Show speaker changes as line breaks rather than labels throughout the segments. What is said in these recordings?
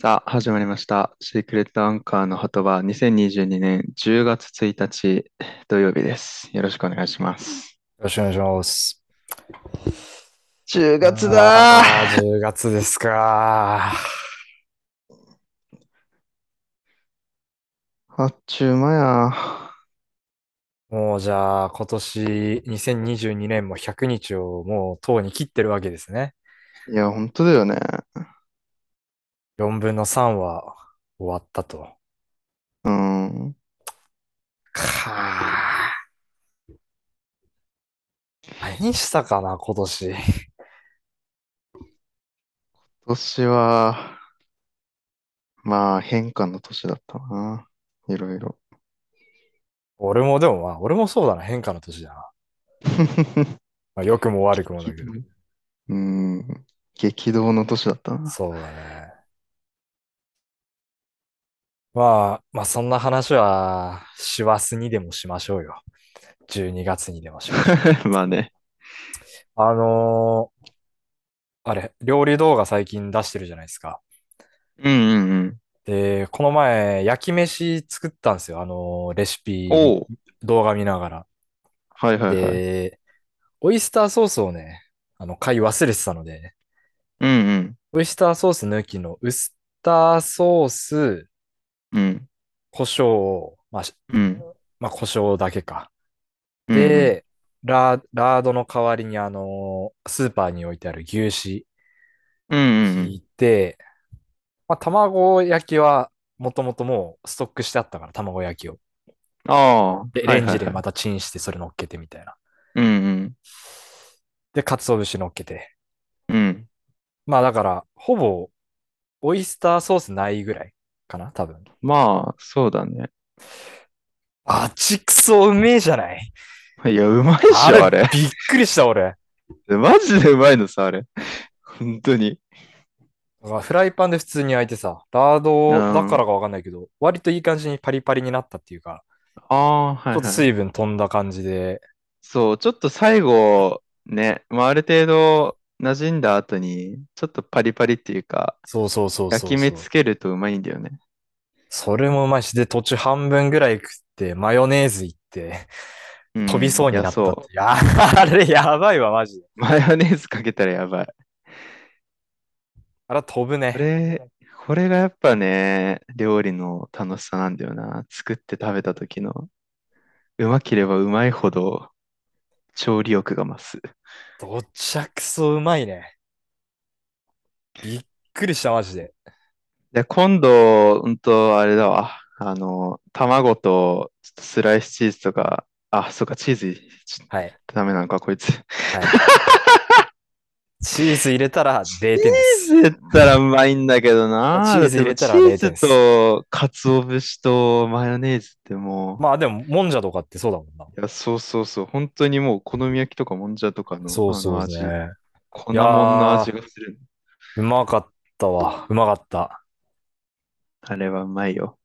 さあ、始まりました。シークレットアンカーの鳩場、2022年10月1日土曜日です。よろしくお願いします。
よろしくお願いします。
10月だ
あー !10 月ですか。
あっちゅうまや。
もうじゃあ、今年2022年も100日をもうとうに切ってるわけですね。
いや、本当だよね。
4分の3は終わったと。
うん。
かー。何したかな、今年。
今年は、まあ変化の年だったな。いろいろ。
俺もでもまあ、俺もそうだな、変化の年だ な。まあ、良くも悪くもだけど。
うん。激動の年だったな。
そうだね。まあ、まあ、そんな話は、師走にでもしましょうよ。12月にでもしましょ う。
まあね。
あのーあれ、料理動画最近出してるじゃないですか。
うんうんうん。
で、この前、焼き飯作ったんですよ。あのーレシピ、
おう。
動画見ながら。
はいはいはい。
で、オイスターソースをね、あの、買い忘れてたので、
うん
オイスターソース抜きの、ウスターソース、
うん。うん
胡椒を、まあ、し
うん
まあ、胡椒だけか。
うん。
で、ラー、ラードの代わりに、あのースーパーに置いてある牛
うんうんう
脂引
ん。
いて、まあ、卵焼きは、もともともうストックしてあったから、卵焼きを。
ああ、は
で、
いはい
レン
は
ジ
い。
でまたチンして、それ乗っけてみたいな。
うん
で、鰹節乗っけて。
うん。うん
まあ、だから、ほぼ、オイスターソースないぐらいかな、多分。
まあ、そうだね。
あ、ちくそうめえじゃない
いや、うまいっしょ、あれ。
びっくりした、俺。
マジでうまいのさ、あれ。本当に。
だからフライパンで普通に焼いてさ、ラード
うん
だからかわかんないけど、割といい感じにパリパリになったっていうか、
ああ、は
ち
い
ょっと
はい。
水分飛んだ感じで、
そう、ちょっと最後、ね、まあ、ある程度馴染んだ後に、ちょっとパリパリっていうか、
そうそうそう
焼
そ
き
う
目
そう。
つけるとうまいんだよね。
それもうまいし、で、途中半分ぐらい食って、マヨネーズいって、
う
飛び
ん、
そう
い
に
や、
なったって。
そ
いや、あれやばいわ、マジで。
う。マヨネーズかけたらやばい。
あれは飛ぶ
こ
ね。
れ、これがやっぱね、料理の楽しさなんだよな。作って食べた時の、うまければうまいほど、調理欲が増す。
どちゃくそうまいね。びっくりした、マジで。
で、今度、うんと、あれだわ。あの、卵と、ちょっとスライスチーズとか、あ、そうか、チーズ、ちょっ
はい。
とダメなのか、こいつ。チ
はい。チーズ入れたら0点です。
ーズやったらうまいんだけどな。
チーズ入れたら
でもチ
0点
ー
で
ズ
す
と、鰹節と、マヨネーズっても
まあでも、もんじゃとかってそうだもんな。
う、いや、そうそうそう、本当にもう、お好み焼きとかもんじゃとかの、
そう
あ
そ
の
う
味、
ですね。
粉
いや
もんの
ー
味がする。
うまかったわ。うまかった。
あれはうまいよ。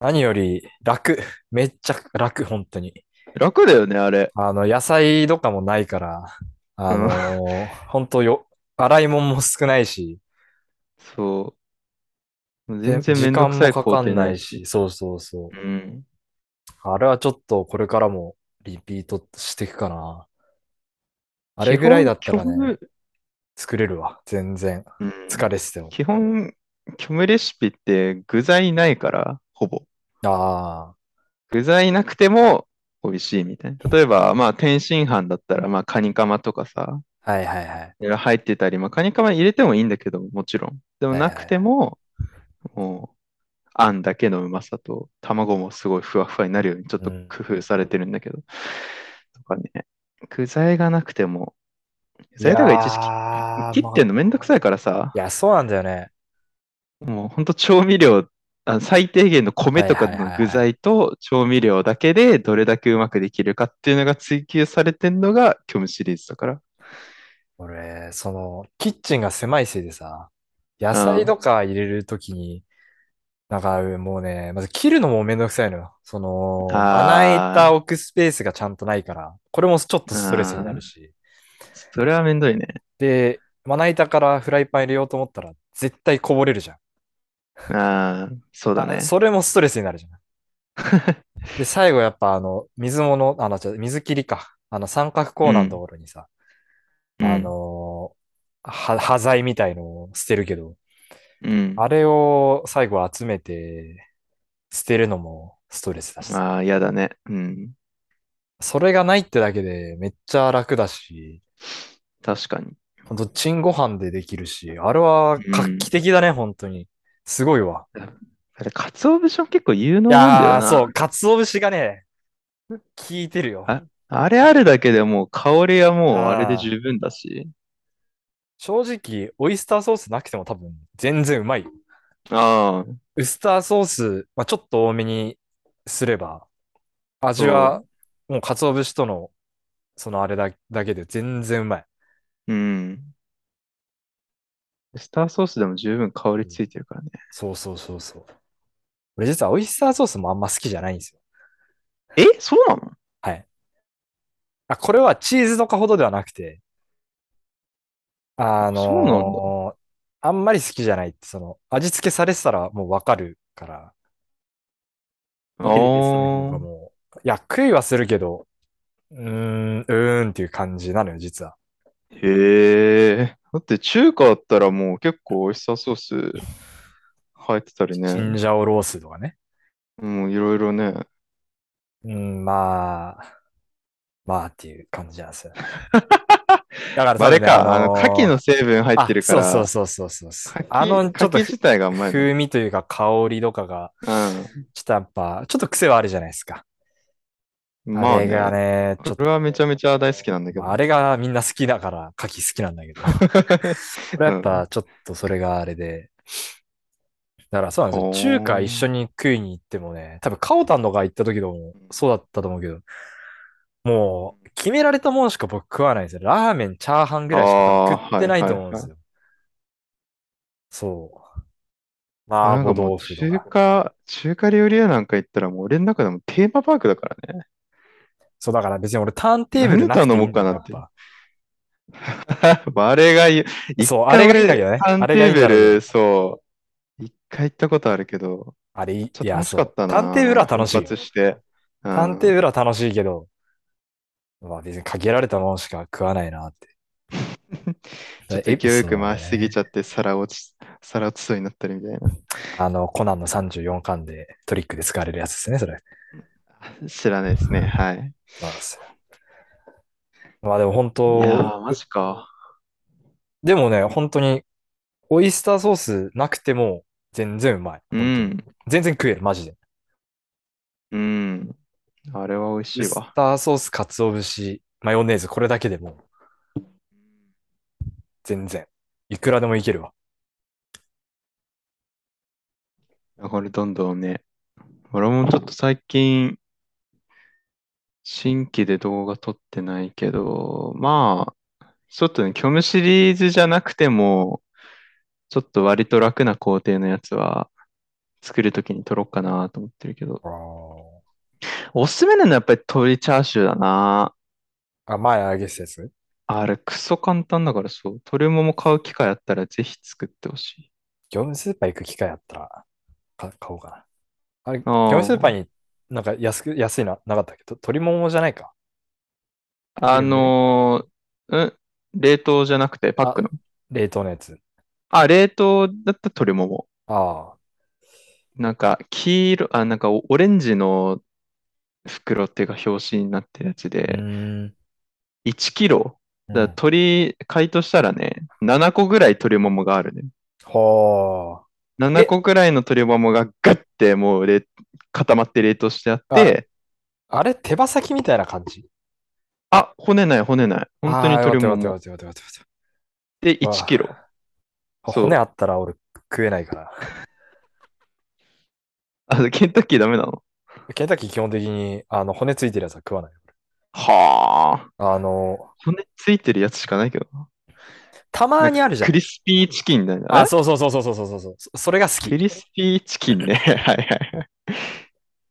何より楽。 めっちゃ楽、本当に。
楽だよね、あれ。
あの、野菜とかもないから、あのー、 本当よ、洗い物も少ないし、
そう。もう
で
全然
時
めんど
間
くさ
も
い
か
工
か
程
ん
な
ないい
し。
し、そうそうそう
うん。
う。あれはちょっとこれからもリピートしていくかな。あれ
基
ぐらい
本、
だった
虚
らね、
無、
作れるわ。全然。
うん
疲れてても。
基本、虚無レシピって具材ないから、ほぼ。
ああ、
具材なくても美味しいみたいな。例えば、まあ、天津飯だったら、まあ、カニカマとかさ、
はいはいはい。
いろいろ入ってたり、まあ、カニカマ入れてもいいんだけど、もちろん。でも
はい
な
は
く
い。
ても、もう、あんだけのうまさと、卵もすごいふわふわになるように、ちょっ
う
と
ん。
工夫されてるんだけど。とかね。具材がなくても、具
いや
材と
ー、
か一時期切
ま
って
あ、
んのめんどくさいからさ、
いや、そうなんだよね。
もうほんと調味料、あの最低限の米
はい
とか
はいはい
の
は
具
い。
材と調味料だけでどれだけうまくできるかっていうのが追求されてんのが虚無シリーズだか
俺、その、キッチンが狭いせいでさ、
ら。
野
う
菜
ん。
とか入れるときに、なんかもうね、まず切るのもめんどくさいのよ。その、まな板
あ
置くスペースがちゃんとないから、これもちょっとストレスに
ー、
な
う
る
ん。
し。
それはめんどいね。
で、まな板からフライパン入れようと思ったら、絶対こぼれるじゃん。
ああ、そうだ
あ、
ね。
それもストレスになるじゃん。で、最後やっぱあの、水物、あの、ちょ水切りか。あの、三角コー
う
ナーのと
ん、
ころにさ、
う
あ
ん、
のーは、端材みたいのを捨てるけど、
うん。
あれを最後集めて捨てるのもストレスだしさ。
ああ、嫌だね。うん。
それがないってだけでめっちゃ楽だし、
確かに。
ほんとチンご飯でできるし、あれ
う
は画期
ん。
的だね、本当に。すごいわ。
あれ、鰹節も結構有
い
能なんだよ
やー、そう、
な。
鰹節がね、効いてるよ。
あ、あれあるだけでもう香りはもうあれで
ああ、
十分だし。
正直、オイスターソースなくても多分全然うまいよ。
ああ、
ウスターソース、まあ、ちょっと多めにすれば、味
そ
はもう鰹節とのそのあれだ、だけで全然うまい。
う。うん。ウスターソースでも十分香
う
り
ん
ついてるからね。
そうそうそうそう。俺実はオイスターソースもあんま好きじゃないんですよ。
え、そうなの
はい。あ、これはチーズとかほどではなくて、あ
あ、そうなんだ。
のーあんまり好きじゃないって、その味付けされてたらもうわかるから、受け入れ
あ
てたのが
あ。
もう、いや、食いはするけど、うーん、うーんっていう感じなのよ、実は。
へえ。だって中華だったらもう結構オイスターソース入ってたり
チ
ね。
ンジャオロースとかね。
もういろいろね。
うん、まあ、まあっていう感じなんです よね。だ
ま
から
あ、
多
あ
分
れ
ね、あ
か、あの、牡蠣
の
の
ー
成分入って
あ、
るか
そうそう
ら、
そうそうそうそう。
牡
あ
蠣、
の、ち
牡
ょっと
蠣
ふ
自体がうまいもん
風
ね。
味というか香りとかが、
う
ちょっとやっぱ、ちょっと癖はあるじゃないですか。
ん。
あ
まあ
れが
ね。
ね、ちょっ
俺はめちゃめちゃ大好きなんだけ
と、
ど
あ
ね。
れがみんな好きだから、牡蠣好きなんだけど。 俺
う
は やっ
ん。
ぱ、ちょっとそれがあれで。だからそうなんですよ。中華一
お
緒に食いに行ってもね、多分カオタンとか行った時でもそうだったと思うけど、もう、決められたもんしか僕食わないんですよ。ラーメン、チャーハンぐ
あ
らいしか多分食
あ
っ
ー、は
て
い
ない
は
と
い
思うんで
は
す
い。
よ。そう。麻
なん
婆
かもう
豆腐と
中
か。
華、中華料理屋なんか行ったらもう俺の中でもテーマパークだからね。
そう、だから別に俺ターンテーブ
何
ルなく
頼
ていい
もうんか
だよ、
な
や
っ。
ってぱ。
まああれがい、一
そう、あ
回
れがいいんだ
俺、
けどね。
ターン
あれが
テ
い
ー
いか
ブ
ら俺
ル、
は。
そう、一回行ったことあるけど、
あれい
ちょ
い、
っ
い
と
や、
楽しか
そ
った
う。探偵ブラ
な、
楽
奮
しいよ。
発して。う
探偵
ん。
ブラ楽しいけど、まあ別に限られたものしか食わないなって。
ちょっと
エプ
勢いよ
ソン
く
は
回しすぎち
ね、
ゃって皿落ち、皿落ちそうになったりみたいな。
あの、コナンの34巻でトリックで使われるやつですね、それ。
知らないですね。はい。
そうなんですよ。まあでも本
いや
当、
ー、マジか。
でもね、本当に、オイスターソースなくても全然うまい。
う
本当に。
ん。
全然食える、マジで。
うん。あれは美味し
ウ
い
ス
わ。
ターソース、鰹節、マヨネーズ、これだけでも全然。いくらでもいけるわ。
これどんどんね。俺もちょっと最近、新規で動画撮ってないけど、まあ、ちょっとね、虚無シリーズじゃなくても、ちょっと割と楽な工程のやつは作るときに撮ろうかなと思ってるけど。
あー
おすすめなのはやっぱり鶏チャーシューだな。
あ、前揚げしたやつ
あれ、クソ簡単だからそう。鶏もも買う機会あったらぜひ作ってほしい。
業務スーパー行く機会あったらか買おうかな。あれ、業務スーパ
あ
ーになんか安く、安いのなかったっけど、鶏ももじゃないか。
あ。あ
鶏胸
の
肉。
ーうん、冷凍じゃなくてパッ
あ、
クの。
冷凍のやつ。
あ、冷凍だった鶏もも。
ああ、
なんか、黄色、あ、なんかオレンジの袋っていうか表紙になってるやつ
う
で、
ーん、
1キロ。
う
だから
ん。
鶏、解凍したらね、7個ぐらい鶏ももがあるね。
ほー。
7
え、
個ぐらいの鶏ももがガッてもうれ固まって冷凍してあっ
あ、
て、
あれ、手羽先みたいな感じ。
あ、骨ない、骨ない。本当に
ああ、よか
鶏
ったよ
も
かった
も。
よかったよかったよかったよ
で、
か
1
った
キロ。
わあ、骨
そ
あ
う。
ったら俺食えないから。
あ、ケンタッキーダメなの
ケンタッキー基本的にあの骨ついてるやつは食わない。
はあ。
あの、
骨ついてるやつしかないけどな。
た
な
ま
んか、
にあるじゃ
ク
ん。
リスピーチキンみたいな。
あ、
あ
そうそうそうそうそうそうそうそう。そそれが好
ク
き。
リスピーチキンね。 はいはいはい。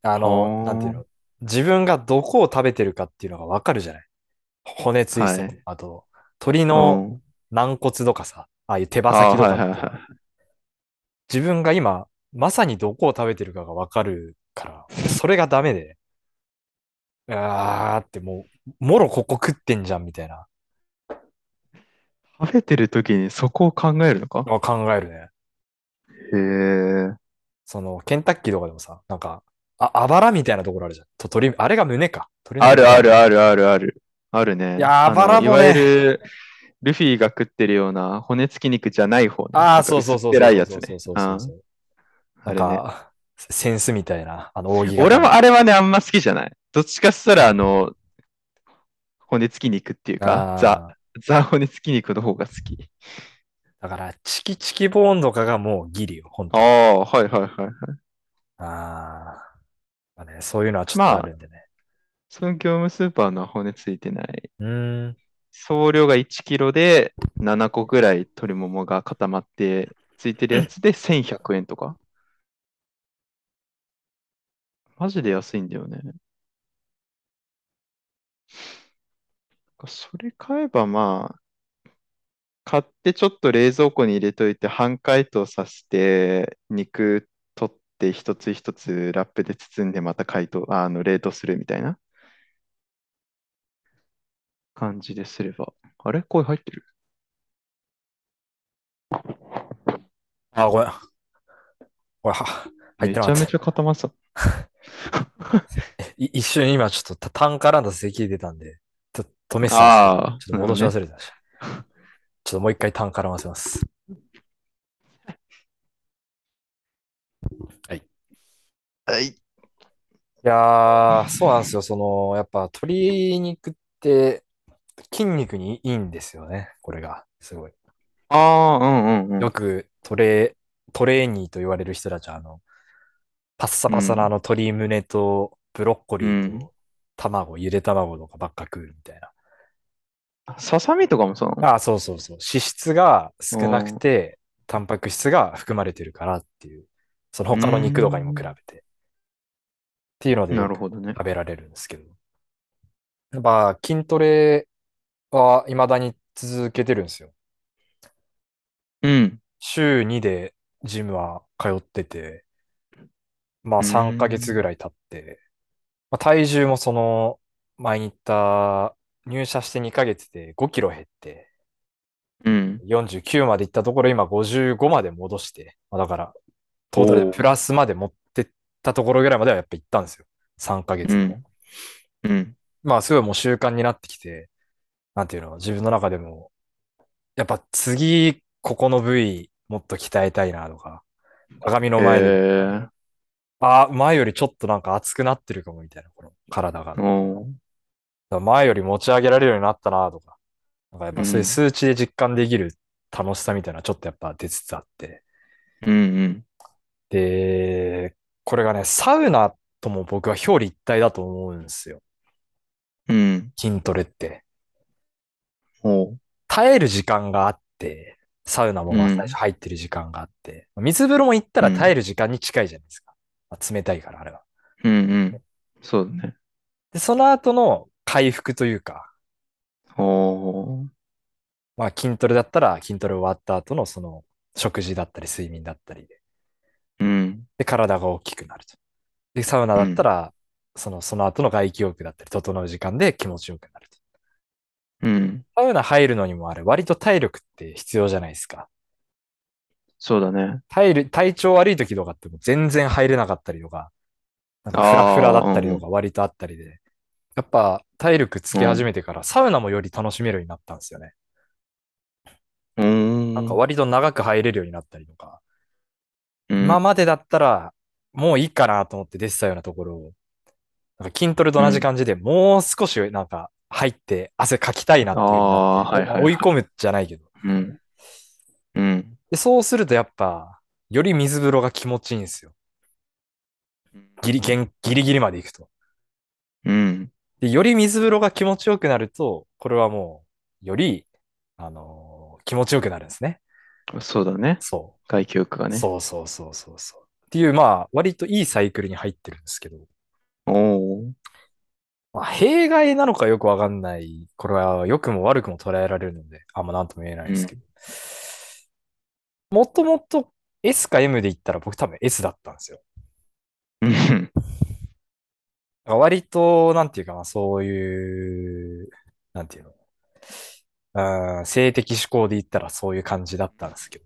あの、なんていう
は
の、自分がどこを食べてるかっていうのがわかるじゃない。骨つ
あ。
いて
は
たり、
い。
あと、鳥
う
の
ん。
軟骨とかさ、ああいう手羽
あ
先
あ、
と
は
か
い
っ
はい
て、
はい。
自分が今まさにどこを食べてるかがわかるから、それがダメで、あーってもう、もろここ食ってんじゃんみたいな、
食べてる時にそこを考えるのか
のは考えるね。
へえ。
その、ケンタッキーとかでもさ、なんか、あ、あばらみたいなところあるじゃん。と、鶏、あれが胸か。鶏
あるある
る。
あるあるある。あるね。
いやー
あの
バラもね
いわゆる、ルフィが食ってるような骨付き肉じゃない方ね。
あ
なん
あ、
か
そうそう
薄
そ
っ
う
ぺ
そう
らいやつ
そう
ね。
そうそうそう
あれ
なん
ね。
か、センスみたいな、あの、扇形
俺もあれはね、あんま好きじゃない。どっちかっつったら、あの、骨付き肉っていうか
あ、ー
ザ、ザ骨付き肉の方が好き。
だから、チキチキボーンとかがもうギリよ、ほん
あ
と。
あ、はいはいはいはい。
ああ、まあね。そういうのはちょっとあるんでね。
その業務スーパーのは骨付いてない。
うーん。
総量が1キロで7個ぐらい鶏ももが固まってついてるやつで1100円とか。マジで安いんだよね。それ買えばまあ、買ってちょっと冷蔵庫に入れといて半解凍させて肉取って一つ一つラップで包んでまた解凍、あの冷凍するみたいな感じですれば。あれ声入ってる
あ、ごめん。これ、は、入っ
め
て
ち
な
ゃ
かっ
め
た。
ちゃ固まってた。
い一瞬今ちょっとた痰からだ咳出たんで、と止めて
あ
たん
あ
ですけどちょっと戻し忘れてました。ちょっともう一回痰からませます。
はい。
いやー、そうなんですよ。その、やっぱ鶏肉って筋肉にいいんですよね。これが。すごい。
ああ、うんうんうん。
よくトレ、トレーニーと言われる人たちは、あの、パッサパサなあの鶏胸とブロッコリー
うん
と卵、ゆで卵とかばっか食うみたいな。
ささみとかもそうなの
ああ、そうそうそう。脂質が少なくて、タンパク質が含まれてるからっていう、その他の肉とかにも比べて。っていうので、
なるほどね。
食べられるんですけど。やっぱ筋トレは未だに続けてるんですよ。
うん。
週2でジムは通ってて、まあ
うん
3ヶ月ぐらい経って、まあ、体重もその前に言った入社して2ヶ月で5キロ減って、
うん。
49まで行ったところ今55まで戻して、まあ、だからトータルでプラスまで持ってったところぐらいまではやっぱ行ったんですよ。3ヶ月でも。
うんうん。
まあすごいもう習慣になってきて、なんていうの、自分の中でも、やっぱ次、ここの部位もっと鍛えたいなとか、鏡の前
え
で、
ー、
ああ、前よりちょっとなんか熱くなってるかもみたいな、この体が。だか
おー
ら前より持ち上げられるようになったなとか、なんかやっぱそういう数値で実感できる楽しさみたいなのはちょっとやっぱ出つつあって。
うんうん。
で、これがね、サウナとも僕は表裏一体だと思うんですよ。
うん。
筋トレって。
おー
耐える時間があって、サウナもまあ最初入ってる時間があって、水風呂も行ったら耐える時間に近いじゃないですか。まあ冷たいから、あれは。
うんうん。そうだね。
で、その後の回復というか、
おー
まあ筋トレだったら筋トレ終わった後のその食事だったり睡眠だったりで、
うん。
で体が大きくなると。で、サウナだったら、その、その後の外気浴だったり、整う時間で気持ちよくなると。
うん。
サウナ入るのにもあれ、割と体力って必要じゃないですか。
そうだね。
体力、体調悪い時とかってもう全然入れなかったりとか、なんかフラフラだったりとか割とあったりで、やっぱ体力つけ始めてからサウナもより楽しめるようになったんですよね。
うーん。
なんか割と長く入れるようになったりとか、
うん、
今までだったらもういいかなと思って出てたようなところを、なんか筋トレと同じ感じでもう少しなんか入って汗かきたいなっていう
あーはいはいはい
追い込むじゃないけど。
うん。うん。
で、そうするとやっぱより水風呂が気持ちいいんですよ。ギリギリギリギリまで行くと。
うん。
で、より水風呂が気持ちよくなると、これはもう、より、あのー気持ちよくなるんですね。
そうだね。
そ
外気浴が
う。
ね。
そうそうそうそうそう。っていう、まあ、割といいサイクルに入ってるんですけど、
おー
まあ、弊害なのかよくわかんない、これは良くも悪くも捉えられるので、あんまなんとも言えないですけど。もともと S か M で言ったら僕多分 S だったんですよ。
うん
なんか割と、なんていうかな、そういう、なんていうの、あー性的指向で言ったらそういう感じだったんですけど、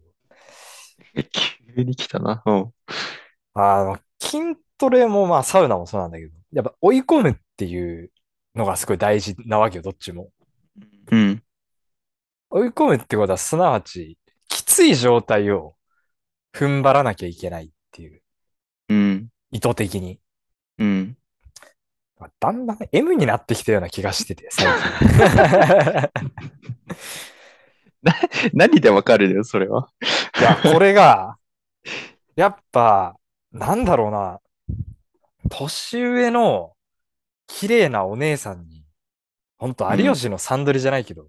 急に来たな。うん。
あの、筋トレもまあサウナもそうなんだけど、やっぱ追い込むっていうのがすごい大事なわけよ、どっちも。
うん。
追い込むってことは、すなわち、きつい状態を踏ん張らなきゃいけないっていう、
うん。
意図的に。
うん。
まあだんだん M になってきたような気がしてて、最近。
何でわかるのよ、それは。
いや、これが、やっぱ、なんだろうな、年上の綺麗なお姉さんに、ほんと有吉のサンドリじゃないけど、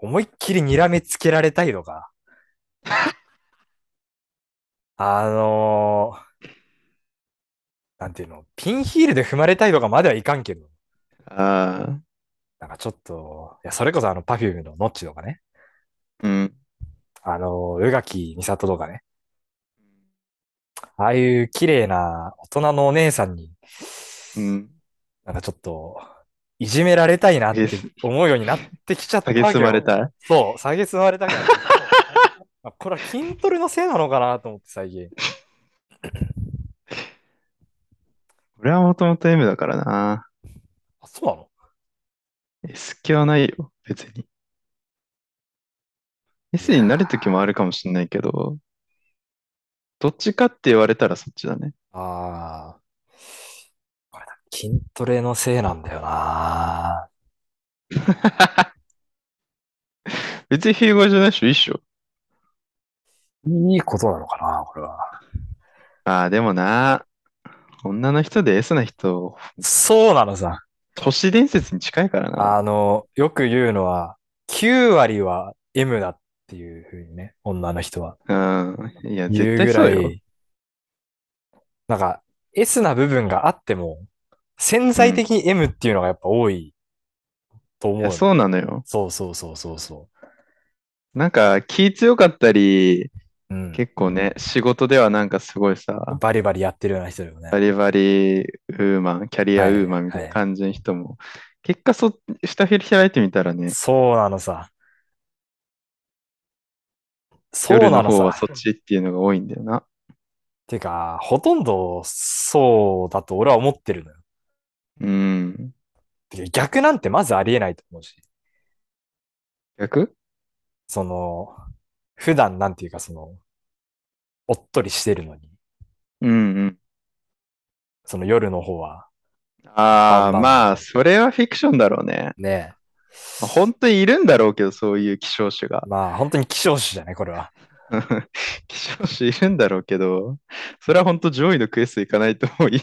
思いっきりにらめつけられたいのが、 あのーなんていうの、ピンヒールで踏まれたいとかまではいかんけど、
あ
なんかちょっと、いや、それこそあの、パフュームのノッチとかね、
あ。うん。
あのー、宇垣美里とかね、ああいう綺麗な大人のお姉さんに、
うん。
なんかちょっと、いじめられたいなって
え
思うようになってきちゃった
下げ
わけ
す
よ
まれたい。
そう、下げすまれたから。 まあこれは筋トレのせいなのかなと思って最近。
俺はもともと M だからな。
あ、そうなの
S 気はないよ、別に。S になるときもあるかもしれないけど、どっちかって言われたらそっちだね。
ああ。これだ、筋トレのせいなんだよな。
別に平和じゃないでしょ、一緒。
いいことなのかな、これは。
ああ、でもな、女の人で S な人、
そうなのさ。
都市伝説に近いからな。
あの、よく言うのは、9割は M だっていうふうにね、女の人は。
うん。いや、
言
絶対
うぐ
そ
ら
うよ。
い、なんか S な部分があっても、潜在的に M っていうのがやっぱ多いと思
いうや
の。
そうなのよ。
そうそうそうそうそ
なんか、気強かったり、
う。うん。
結構ね、仕事ではなんかすごいさ、
バリバリやってるような人だよね
バ。リバリウーマン、キャリアウーマンみたいな感じの人も、結果そ、下開いてみたらね、
そうなのさ。そう
夜の
な
方
の
は
さ
そ。っちっていうのが多いんだよな。
てか、ほとんどそうだと俺は思ってるのよ。
うん。
てか逆なんてまずありえないと思うし。
逆
その、普段なんていうかその、おっとりしてるのに、
うんうん。
その夜の方は。
あ
バン
あ、
バン
まあ、それはフィクションだろうね。
ね
まあ本当にいるんだろうけど、そういう希少種が。
まあ、本当に希少種じゃない、これは。
希少種いるんだろうけど、それは本当上位のクエスト行かないともうい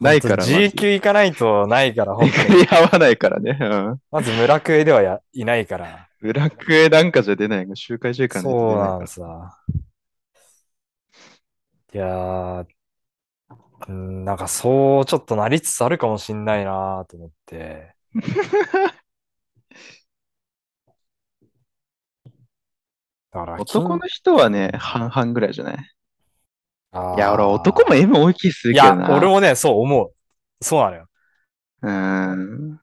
ないから、まず
G 級行かないとないから、本当
巡
に。
り合わないからね。うん
まず村クエではやいないから。
ブラックエなんかじゃ出ないの、周回週間で出
そ
な
う
い
な
か
ん
ら。
さ。いやー、うんなんかそうちょっとなりつつあるかもしんないなと思って。 だから
男の人はね、半々ぐらいじゃないい
い
や、俺男も M 大きいする
い
けど
や、
な。
俺もね、そう思う。そうなのよ。
うん。だ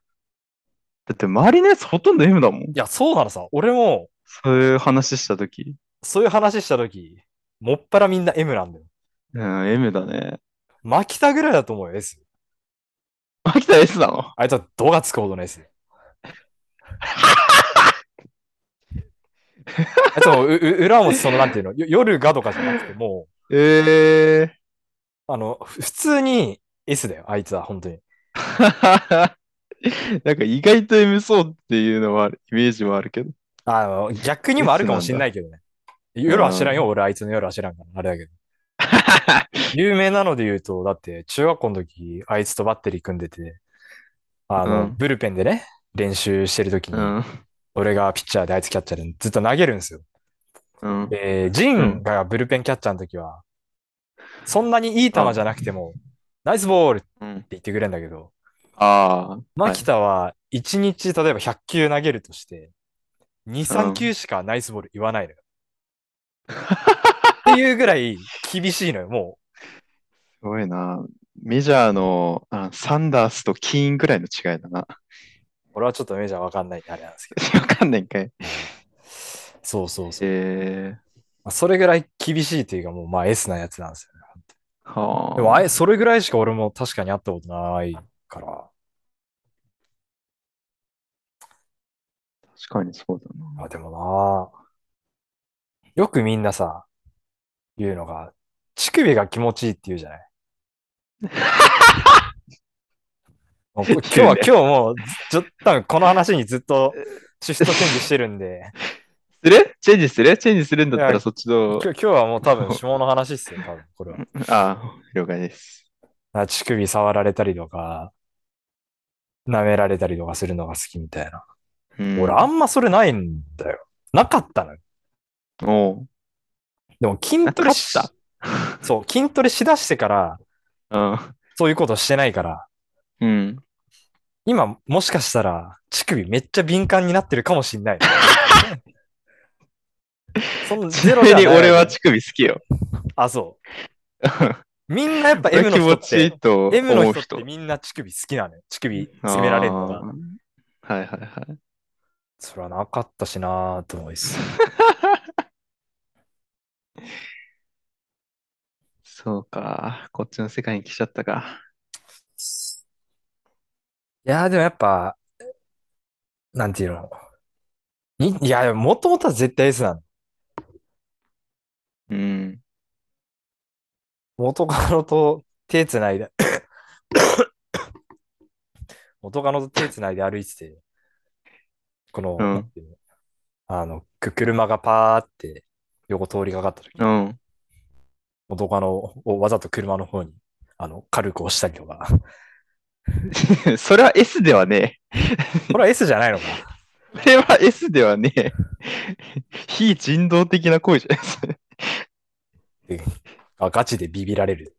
って周りのやつほとんど M だもん。
いや、そうなのさ。俺も、
そういう話したとき。
そういう話したとき、もっぱらみんな M なんだよ。
うん、M だね。
牧田ぐらいだと思うよ、S。
秋田 S なの
あいつは度がつくほどの S。あいつはもううう裏もそのなんていうの、よ夜がとかじゃなくて、も
ええ
う、あの、ふ普通に S だよ、あいつは、本当に。
ー。 なんか意外と M そうっていうのはある、イメージもあるけど。
あの、逆にもあるかもしんないけどね。夜は知らんよ、俺、あいつの夜は知らんから、あれ だけど。有名なので言うと、だって、中学校の時、あいつとバッテリー組んでて、あの、
うん
ブルペンでね、練習してる時に、
うん。
俺がピッチャーであいつキャッチャーでずっと投げるんですよ。
うん。
で、ジンがブルペンキャッチャーの時は、そんなにいい球じゃなくても、ナイスボールって
うん、
言ってくれるんだけど、
ああ。
牧田は1日例えば100球投げるとして、2、
う
3
ん
球しかナイスボール言わないのよ。いうぐらい厳しいのよ、も
すごいな。メジャーのあサンダースとキーンぐらいの違いだな。
う。俺はちょっとメジャーわかんないんであれなんですけど。
わかんないんかい。
そうそうそう。
え
まあそれぐらい厳しいというか、もうまあ S なやつなんですよね。
ー、はあ。
でもあえ、それぐらいしか俺も確かに会ったことないから。
確かにそうだな。
あ、でもなよくみんなさ、言うのが、乳首が気持ちいいって言うじゃない もうこ今日は、今日もう、ずちょ多分この話にずっ とシフトチェンジしてるんで、
するチェンジするチェンジするんだった
いや
らそっちの
今日、今日はもう多分下の話っすよ、多分これは。
あ、了解です。
あ乳首触られたりとか、舐められたりとかするのが好きみたいな。
うん、
俺あんまそれないんだよ。なかったのよ。
おう。
でも筋トレし
なかっ
そう、筋トレしだしてから、
あ
そういうことしてないから、
うん。
今もしかしたら乳首めっちゃ敏感になってるかもしんない。 その
ち
ゼ
な
ロじ
み
ゃない
に俺は乳首好きよ。
あ、そう。みんなやっぱ M の
気
人
持
っ
ちいい
て、
と
M の
思う
人っ
人
て。みんな乳首好きなのよ。乳首責められるのが
あ。ーはいはい はい。
それはなかったしなぁと思います。
そうか。こっちの世界に来ちゃったか。
いやーでもやっぱ、なんていうの。にいや、もともとは絶対 S なの。
うん。
元カノと手つないで、 元カノと手つないで歩いてて、この、
うん
なんていうのあの、く車がパーって横通りかかった時、
うん。
元カノをわざと車の方に、あの、軽く押したり とか。
それは S ではね
これは S じゃないのか。
え。それは S ではねえ。非人道的な行為じゃないです
あガチでビビられる。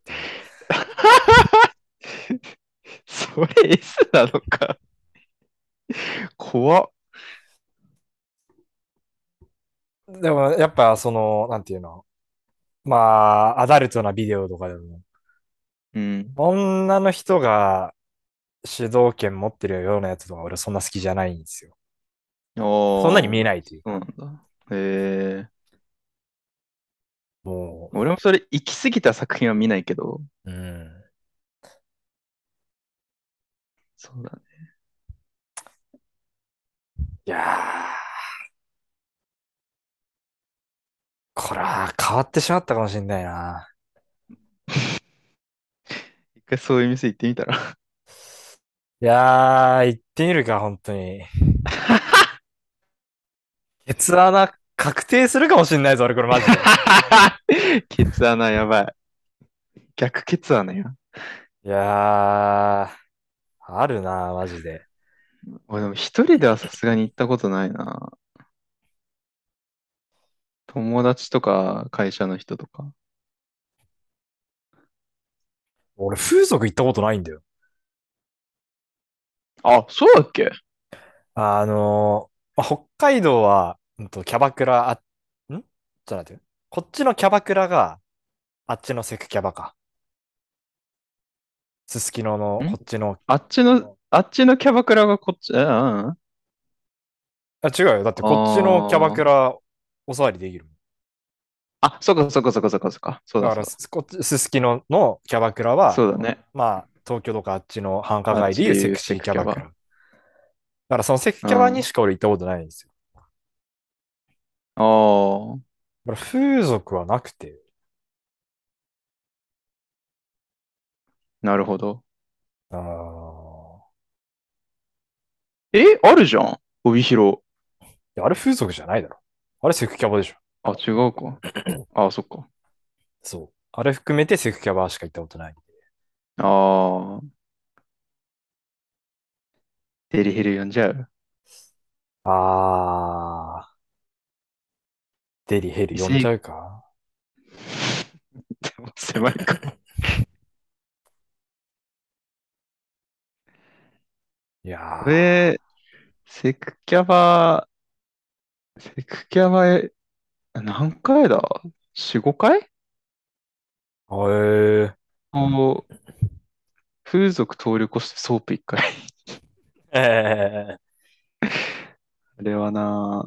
それ S なのか。怖っ。
でも、やっぱその、なんていうの。まあ、アダルトなビデオとかでも、
うん。
女の人が主導権持ってるようなやつとか俺そんな好きじゃないんですよ。そ
そ
んなに見え
ない。
ないという。
そうなんだ。え
も
ー、俺もそれ行き過ぎた作品は見ないけど、
う、うん。
そうだね。
いやー。こら、変わってしまったかもしれないな。
一回そういう店行ってみたら。
いやー、行ってみるか、本当に。ケツ穴確定するかもしれないぞ、俺これマジで。
ケツ穴やばい。逆ケツ穴や。
いやー、あるな、マジで。
俺でも一人ではさすがに行ったことないな。友達とか会社の人とか。
俺、風俗行ったことないんだよ。
あ、そうだっけ
あのーまあ北海道は、うんと、キャバクラ、あ、んちょっと待って。こっちのキャバクラが、あっちのセクキャバか。すすきのの、
ん
こっちの、
あっちの、あっちのキャバクラがこっち、うんうん。
あ、違うよ。だってこっちのキャバクラ、お座りできるもん。
あ、そっかそっかそっかそっかそっか。そう
だ
だ
か
そう
ら、
だ。
すこっち、すすきののキャバクラは、
そうだね。
まあ、東京とかあっちの繁華街でいうセクシーキャバクラ。だから、そのセクキャバにしか俺行ったことないんですよ。
ああ。
だから風俗はなくて。
なるほど。
あー
え、あるじゃん。帯広。
いやあれ風俗じゃないだろ。あれセクキャバでしょ。
あ、違う か。あ、そっか。
そう。あれ含めてセクキャバしか行ったことない。
ああ。デリヘル呼んじゃう。
あー。デリヘル呼んじゃうか。
でも狭いから。
いや
こ
ー。
れ、セクキャバ、セクキャバへ、何回だ4、5回
へえ。
を、風俗通り越してソープ1回。
ええ。
あれはな、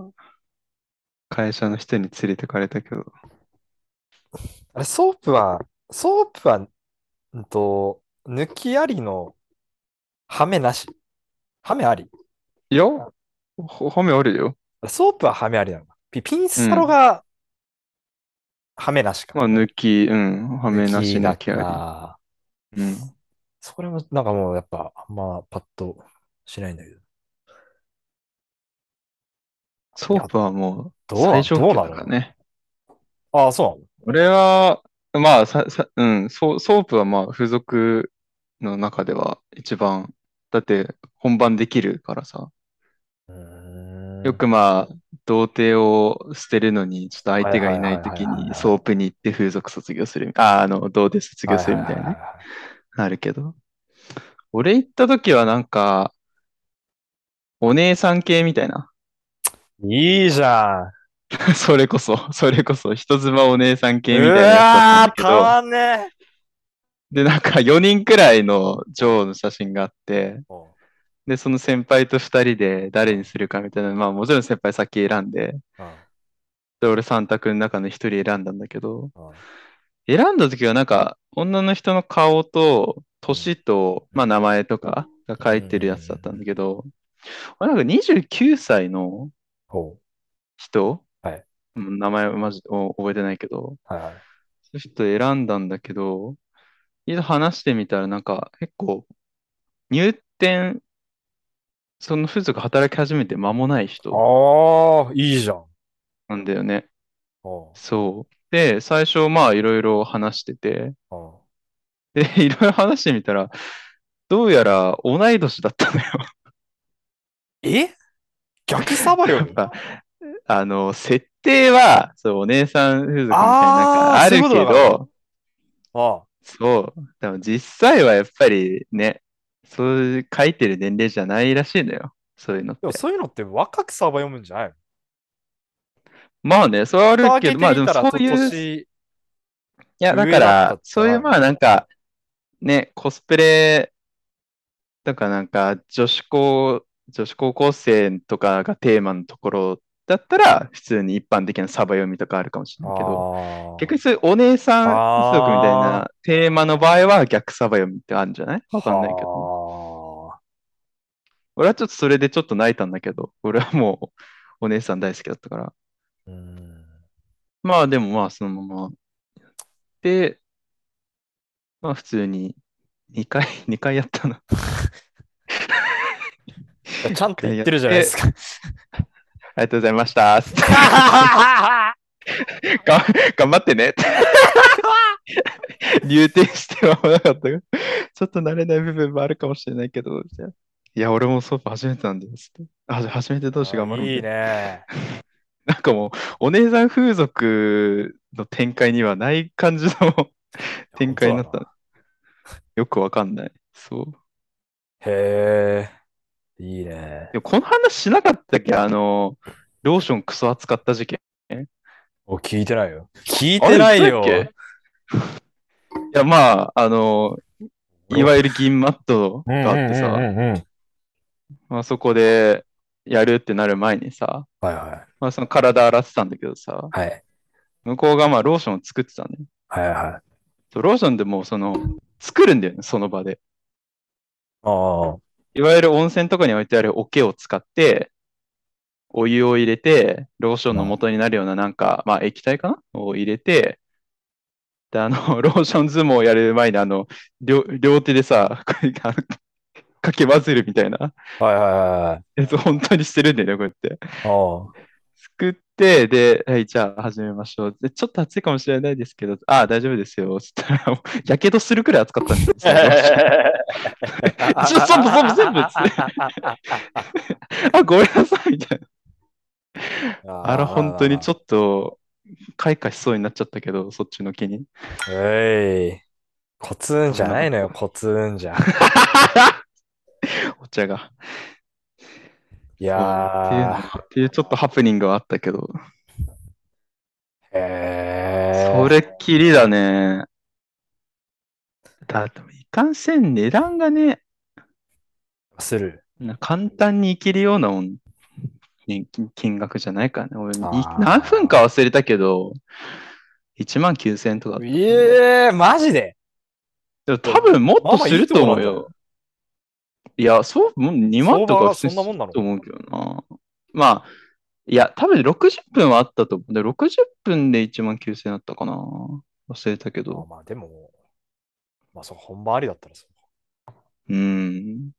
会社の人に連れてかれたけど、
あれ、ソープは、ソープは、うんと、抜きありの、ハメなし。ハメあり。
いや、ほ褒めあるよ。
あれソープはハメありなのか。ピ、ピンサロが、ハメなしか。
まあ、抜き、うん、はめなし、
抜
抜
き
き
な
あ
か。
り。うん。
それも、なんかもう、やっぱ、あんま、パッとしないんだけど。
ソープはもう、
どう
最上級だ
どう
か
な
ら
の
ね。
ああ、そう
俺は、まあ、さ、さ、うん、ソ、ソープはまあ、付属の中では一番、だって本番できるからさ。
なのうーん。
よくまあ、童貞を捨てるのに、ちょっと相手がいない
はいはいはい
時
はいはい
にソープに行って風俗卒業するみ。あ、あの、童貞卒業するみたい
は
な
は
ね
は。は
あるけど。俺行った時はなんか、お姉さん系みたいな。
いいじゃん。
それこそ、それこそ、人妻お姉さん系みたいなやつだったんだ
うわー、
け
た
ど。
まんね
で、なんか4人くらいの女王の写真があって、
ー。
で、その先輩と2人で誰にするかみたいな、まあもちろん先輩先選んで、
うん
で、俺3択の中の1人選んだんだけど、
うん
選んだ時はなんか女の人の顔と年と、まあ名前とかが書いてるやつだったんだけど、俺なんか29歳の
ほ
人、
はい
うん名前マジお覚えてないけど、
う。はいはい。
ちょっと選んだんだけど、いざ話してみたらなんか結構入店、その風俗働き始めて間もない人
ああ、いいじゃん。
なんだよね。
おう
そう。で、最初まあいろいろ話してて、
お
で、いろいろ話してみたら、どうやら同い年だった のよ。
うえ逆サバよ
やっぱ、あの、設定は、そう、お姉さん風俗みたいな、なん
あー
かある
そうい
け
うことだ
ど、
あ
そう、でも実際はやっぱりね、そういう書いてる年齢じゃないらしいのよ。そういうのっ
でも
て。
そういうのって若くサバ読むんじゃないの
まあね、それはある
蓋開
け
け
ど、
て
まあ
み
でも
たら
そういう、い
年、
や、だ
上
か
だった
ら
っ、て
そういう
はい
まあなんか、ね、コスプレとかなんか、女子高、女子高校生とかがテーマのところだったら、普通に一般的なサバ読みとかあるかもしれないけど、
あ
逆にそういうお姉さん
あー
不足みたいなテーマの場合は逆サバ読みってあるんじゃないわかんないけど。
ど。
俺はちょっとそれでちょっと泣いたんだけど、俺はもうお姉さん大好きだったから。
うーん
まあでもまあそのまま。で、まあ普通に2回、2回や ったな。
いやちゃんと言ってるじゃないですか。
ありがとうございました。 つってが頑張ってね。 入店してはなかったが、ちょっと慣れない部分もあるかもしれないけど、みたいな。いや、俺もソープ初めてなんだよ。つって。あ、じゃあ初め て同士頑張ろうみた
い
い
い
な。
ね。
なんかもう、お姉さん風俗の展開にはない感じの展開になった。よくわかんない。そう。
へえ、いいね。
でもこの話しなかったっけあの、ローションクソ扱った事件。
お、聞いてないよ。聞い
あれ
てないよ。
言ったっけいや、まあ、あの、いわゆる銀マットがあって
うんうん
さ、
うんうんうん
まあそこでやるってなる前にさ、
はいは
まあその体洗ってたんだけどさ、
い。はい。
向こうがまあローションを作ってたね。
はいはい。
そうローションでもうその、作るんだよね、その場で。
ああ。
いわゆる温泉とかに置いてある桶を使って、お湯を入れて、ローションの元になるようななんか、まあ液体かなを入れて、で、あの、 ローション相撲をやる前に、あの、両、両手でさ、こうあのかき混ぜるみたいな
はいはいはいはい。
やつを本当にしてるんだよね、こうやって。
あ
作って、で、はい、じゃあ始めましょう。で、ちょっと暑いかもしれないですけど、ああ、大丈夫ですよ。つったら、もうやけどするくらい暑かったんですよ そのローション。
あ。
ちょ全部全部全部っつって あ、ごめんなさい、みたいな。あら、本当にちょ
っ
っと、開花しそうになっちゃったけど、そっちの気に。
と。えい。コツンじゃないのよ、コツ ンじゃ。
お茶が。そ
い
うっ
や
ていう、っていうちょっとハプニングはあったけど、
ー。へ
これっきりだね。だって、いかんせん値段がね、
する。
な簡単に生きるようなもん、ね、金金額じゃないからね。俺、い
あー
何分か忘れたけど、1万9000円とか。
いえー、マジで
でも多分もっ
まあ
と
まあ
すると思う
いいとこなん
よ。
だ
いや、そう、もう2万と
相場
か
が
普通に
そんなもんなの
すると思うけどな。まあ、いや、多分60分はあったと思う。で、60分で1万9000円だったかな。忘れたけ
まあ
ど。
まあでも、まあその本番ありだったらそう。
うん。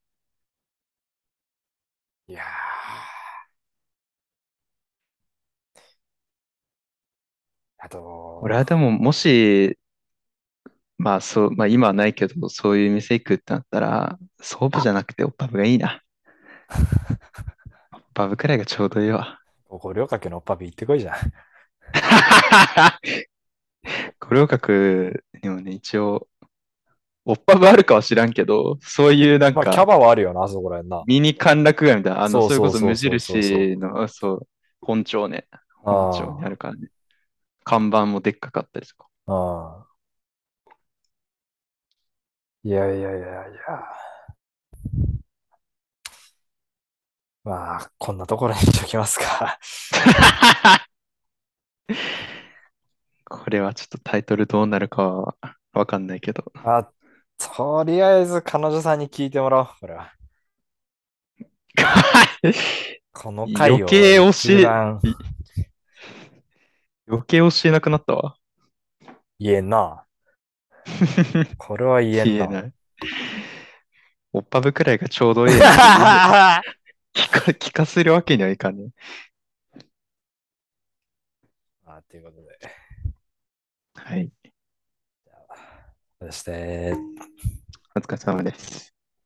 いやーあと、
俺はでも、もし、まあそう、まあ今はないけど、そういう店行くってなったら、ソープじゃなくてオッパブがいい な。オッパブくらいがちょうどいいわ。
五稜郭のおっぱび行ってこいじゃん。
五稜郭にもね、一応、オッパブあるかは知らんけど、そういうなん
まあキ
か
ャ、バはあるよな、あそこらへんな。
ミニ歓楽街みたいな、あの、
そう
それ
そう
こ
そう
そ無印の、そう、本庁ね、
あ
本庁にあるからね。看板もでっかかったりとか。
あ。いやいやいやいや。まあ、こんなところにしときますか。
これはちょっとタイトルどうなるかはわかんないけど。
あ、とりあえず彼女さんに聞いてもらおう。これは。この回を
余計教え
一番
余計教えなくなったわ。
言えんな。これは言えん
言え
な。
ない。おっぱぶくらいがちょうど いいな。聞か、聞かせるわけにはいかねえ。
まあ、ということで。
はい。
そして、
お疲れ様です。